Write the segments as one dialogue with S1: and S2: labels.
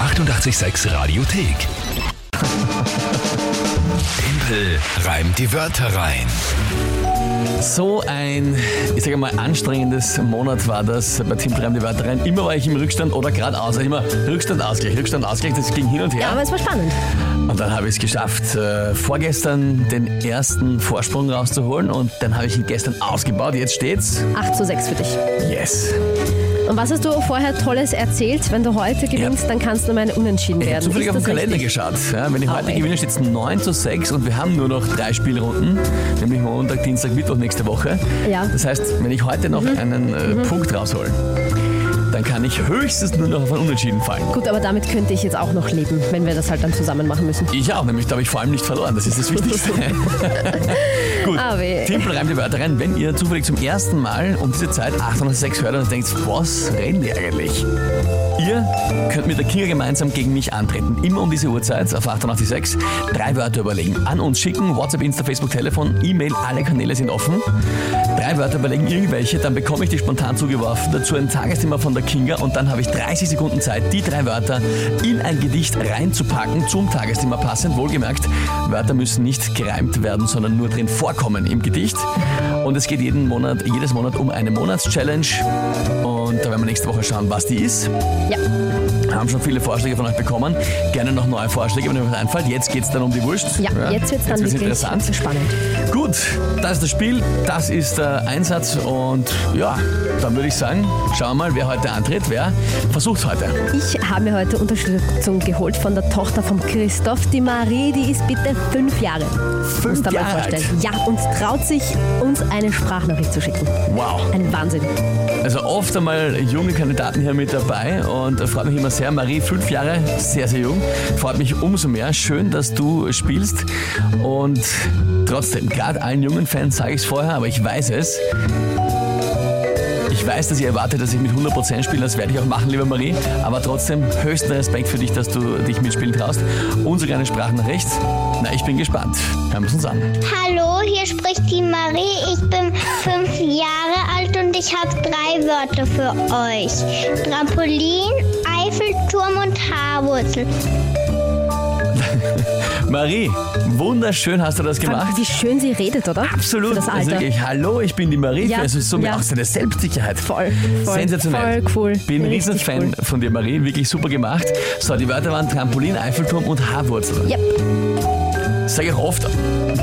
S1: 886 Radiothek. Tempel reimt die Wörter rein.
S2: So ein, ich sage mal, anstrengendes Monat war das bei Tim Treim die Wörter rein. Immer war ich im Rückstand oder geradeaus. Immer Rückstand, Ausgleich, Rückstand, Ausgleich. Das ging hin und her.
S3: Ja, aber es war spannend.
S2: Und dann habe ich es geschafft, äh, vorgestern den ersten Vorsprung rauszuholen und dann habe ich ihn gestern ausgebaut. Jetzt steht's.
S3: 8 zu 6 für dich.
S2: Yes.
S3: Und was hast du vorher Tolles erzählt? Wenn du heute gewinnst, dann kannst du mal ein Unentschieden
S2: Ich habe
S3: werden.
S2: zufällig
S3: Ist
S2: auf den
S3: das
S2: Kalender
S3: richtig?
S2: geschaut. Ja, wenn ich heute
S3: Okay.
S2: gewinne, steht es 9 zu 6 und wir haben nur noch drei Spielrunden, nämlich Montag, Dienstag, Mittwoch nächste Woche.
S3: Ja. Mhm.
S2: Das heißt, wenn ich heute noch einen äh, Punkt raushole, dann kann ich höchstens nur noch auf ein Unentschieden fallen.
S3: Gut, aber damit könnte ich jetzt auch noch leben, wenn wir das halt dann zusammen machen müssen.
S2: Ich auch, nämlich da habe ich vor allem nicht verloren. Das ist das Wichtigste. Gut,
S3: Ah, weh.
S2: Timpel reimt die Wörter rein. Wenn ihr zufällig zum ersten Mal um diese Zeit 806 hört und denkt, was reden die eigentlich? Ihr könnt mit der Kinga gemeinsam gegen mich antreten. Immer um diese Uhrzeit auf 886. Drei Wörter überlegen. An uns schicken, WhatsApp, Insta, Facebook, Telefon, E-Mail, alle Kanäle sind offen. Drei Wörter überlegen, irgendwelche, dann bekomme ich die spontan zugeworfen. Dazu ein Tagesthema von der Kinga und dann habe ich 30 Sekunden Zeit, die drei Wörter in ein Gedicht reinzupacken, zum Tagesthema passend. Wohlgemerkt, Wörter müssen nicht gereimt werden, sondern nur drin vorkommen im Gedicht. Und es geht jeden Monat, jedes Monat um eine Monatschallenge. Und da werden wir nächste Woche schauen, was die ist
S3: Ja,
S2: haben schon viele Vorschläge von euch bekommen. Gerne noch neue Vorschläge, wenn euch was einfällt. Jetzt geht's dann um die Wurst.
S3: ja, jetzt wird es dann
S2: wird's
S3: wirklich
S2: interessant.
S3: spannend.
S2: Gut, das ist das Spiel, das ist der Einsatz und ja, dann würde ich sagen, schauen wir mal, wer heute antritt, wer versucht heute.
S3: Ich habe mir heute Unterstützung geholt von der Tochter von Christoph. Die Marie, die ist bitte fünf Jahre.
S2: Fünf
S3: Musst du dir mal
S2: Jahre
S3: vorstellen. Ja, und traut sich, uns eine Sprachnachricht zu schicken.
S2: Wow.
S3: Ein Wahnsinn.
S2: Also oft einmal junge Kandidaten hier mit dabei und freut mich immer sehr. Marie, fünf Jahre, sehr, sehr jung. Freut mich umso mehr. Schön, dass du spielst. Und trotzdem, gerade allen jungen Fans sage ich es vorher, aber ich weiß es. Ich weiß, dass ihr erwartet, dass ich mit 100% spiele. Das werde ich auch machen, liebe Marie. Aber trotzdem höchsten Respekt für dich, dass du dich mitspielen traust. Unsere kleine Sprachnachricht. Na, ich bin gespannt. Hören wir uns an.
S4: Hallo, hier spricht die Marie. Ich bin fünf Jahre alt und ich habe drei Wörter für euch. Trampolin, Eiffelturm und Haarwurzel.
S2: Marie, wunderschön hast du das gemacht.
S3: Wie schön sie redet, oder?
S2: Absolut.
S3: Für das
S2: Also
S3: Alter.
S2: wirklich, hallo, ich bin die Marie.
S3: Ja,
S2: Also so ja.
S3: ja.
S2: auch seine Selbstsicherheit.
S3: Voll, voll,
S2: Sensationell.
S3: voll cool.
S2: Bin ein
S3: Richtig
S2: Riesenfan von dir, Marie. Wirklich super gemacht. So, die Wörter waren Trampolin, Eiffelturm und Haarwurzel.
S3: Yep.
S2: Sage ich oft,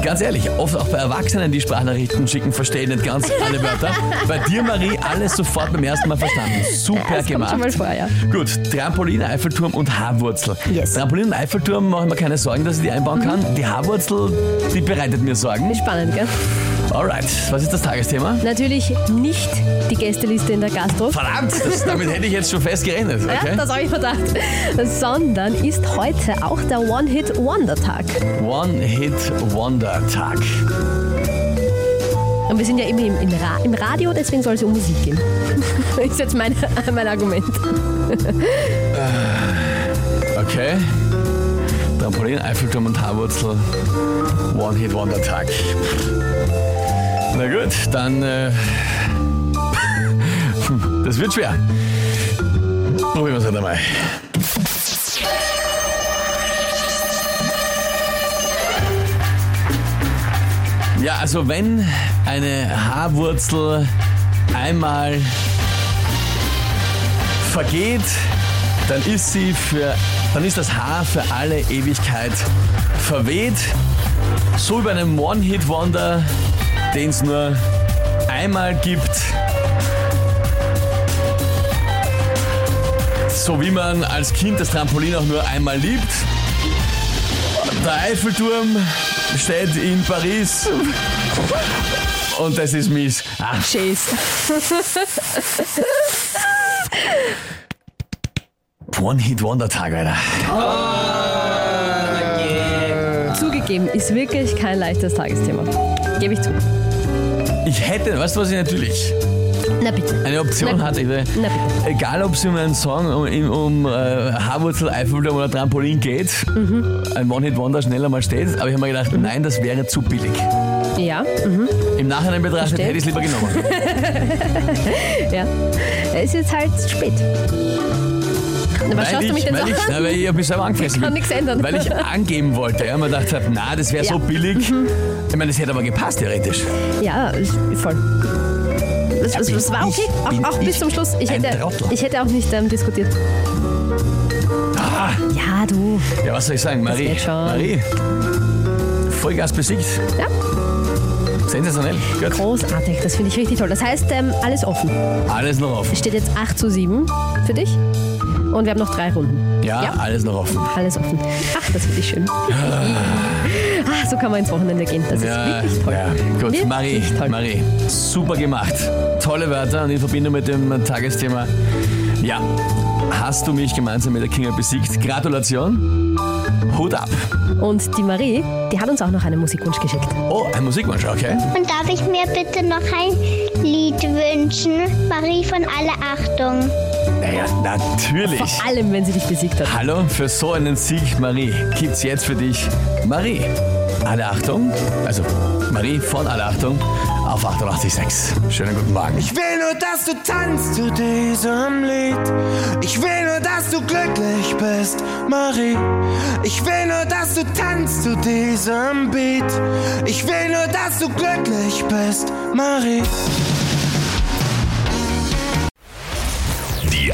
S2: ganz ehrlich, oft auch bei Erwachsenen, die Sprachnachrichten schicken, verstehen nicht ganz alle Wörter. bei dir, Marie, alles sofort beim ersten Mal verstanden. Super
S3: das kommt
S2: gemacht.
S3: Also, schon mal vor, ja.
S2: Gut, Trampolin, Eiffelturm und Haarwurzel.
S3: Yes. Mhm.
S2: Trampolin und Eiffelturm mache ich mir keine Sorgen, dass ich die einbauen kann. Die Haarwurzel, die bereitet mir Sorgen.
S3: Spannend, gell?
S2: Alright, was ist das Tagesthema?
S3: Natürlich nicht die Gästeliste in der Gastro.
S2: Verdammt, das, damit hätte ich jetzt schon fest gerechnet.
S3: Ja,
S2: Okay?
S3: das habe ich verdacht. Sondern ist heute auch der One-Hit-Wonder-Tag.
S2: One-Hit-Wonder-Tag.
S3: Und wir sind ja immer im, im, Ra im Radio, deswegen soll es um Musik gehen. ist jetzt mein, mein Argument.
S2: Okay. Trampolin, Eiffelturm und Haarwurzel. One-Hit-Wonder-Tag. Na gut, dann. Äh, das wird schwer. Probieren wir es halt einmal. Ja, also wenn eine Haarwurzel einmal vergeht, dann ist sie für, dann ist das Haar für alle Ewigkeit verweht. So wie bei einem One-Hit-Wonder, den es nur einmal gibt. So wie man als Kind das Trampolin auch nur einmal liebt. Der Eiffelturm steht in Paris. Und das ist mies. Ah,
S3: Tschüss.
S2: One-Hit-Wonder-Tag, Alter.
S3: Zugegeben, ist wirklich kein leichtes Tagesthema. Gebe ich zu.
S2: Ich hätte, weißt du, was ich natürlich
S3: Na bitte.
S2: eine
S3: Na
S2: Option
S3: gut.
S2: hatte. weil
S3: Na bitte.
S2: Egal, ob es um einen Song um, um, um äh, Haarwurzel, Eiffelturm oder Trampolin geht,
S3: Mhm.
S2: ein One-Hit-Wonder schneller mal steht, aber ich habe mir gedacht, nein, das wäre zu billig.
S3: Ja, mhm.
S2: Im Nachhinein betrachtet
S3: Verstehe.
S2: hätte ich es lieber genommen.
S3: ja. Es ist jetzt halt spät. Na, was schaust du mich denn so
S2: weil ich,
S3: an?
S2: nein, weil ich hab mich selber angefressen.
S3: Ich kann
S2: bin.
S3: nichts ändern.
S2: Weil ich angeben wollte. Ja, man dachte, halt, na, das wäre so
S3: Ja. Mhm.
S2: billig. Ich meine, das hätte aber gepasst, theoretisch.
S3: Ja, ich- voll. Das,
S2: Ja,
S3: das,
S2: bin
S3: das war
S2: ich,
S3: okay,
S2: bin
S3: auch, auch
S2: ich
S3: bis zum Schluss. Ich
S2: ein
S3: hätte,
S2: Trottel?
S3: ich hätte auch nicht ähm, diskutiert.
S2: Ah,
S3: Ja, du.
S2: ja, was soll ich sagen? Marie,
S3: geht schon.
S2: Marie, Vollgas besiegt.
S3: Ja,
S2: Sensationell. Gut.
S3: großartig. Das finde ich richtig toll. Das heißt, ähm, alles offen.
S2: Alles noch offen.
S3: Es steht jetzt 8 zu 7 für dich. Und wir haben noch drei Runden.
S2: Ja,
S3: Ja.
S2: alles noch offen.
S3: Alles offen. Ach, das finde ich schön. Ah, so kann man ins Wochenende gehen. Das
S2: Ja,
S3: ist wirklich toll.
S2: ja. Gut,
S3: Wirklich
S2: Marie,
S3: toll.
S2: Marie, super gemacht. Tolle Wörter und in Verbindung mit dem Tagesthema. Ja, hast du mich gemeinsam mit der Kinga besiegt? Gratulation. Hut ab.
S3: Und die Marie, die hat uns auch noch einen Musikwunsch geschickt.
S2: Oh, ein Musikwunsch, okay.
S4: Und darf ich mir bitte noch ein Lied wünschen? Marie von Alle Achtung.
S2: Naja, natürlich.
S3: Vor allem, wenn sie dich besiegt hat.
S2: Hallo, für so einen Sieg, Marie, gibt's jetzt für dich Marie. Alle Achtung, also Marie von Alle Achtung auf 88.6. Schönen guten Morgen.
S5: Ich will nur, dass du tanzt zu diesem Lied. Ich will nur, dass du glücklich bist, Marie. Ich will nur, dass du tanzt zu diesem Beat. Ich will nur, dass du glücklich bist, Marie.
S1: Die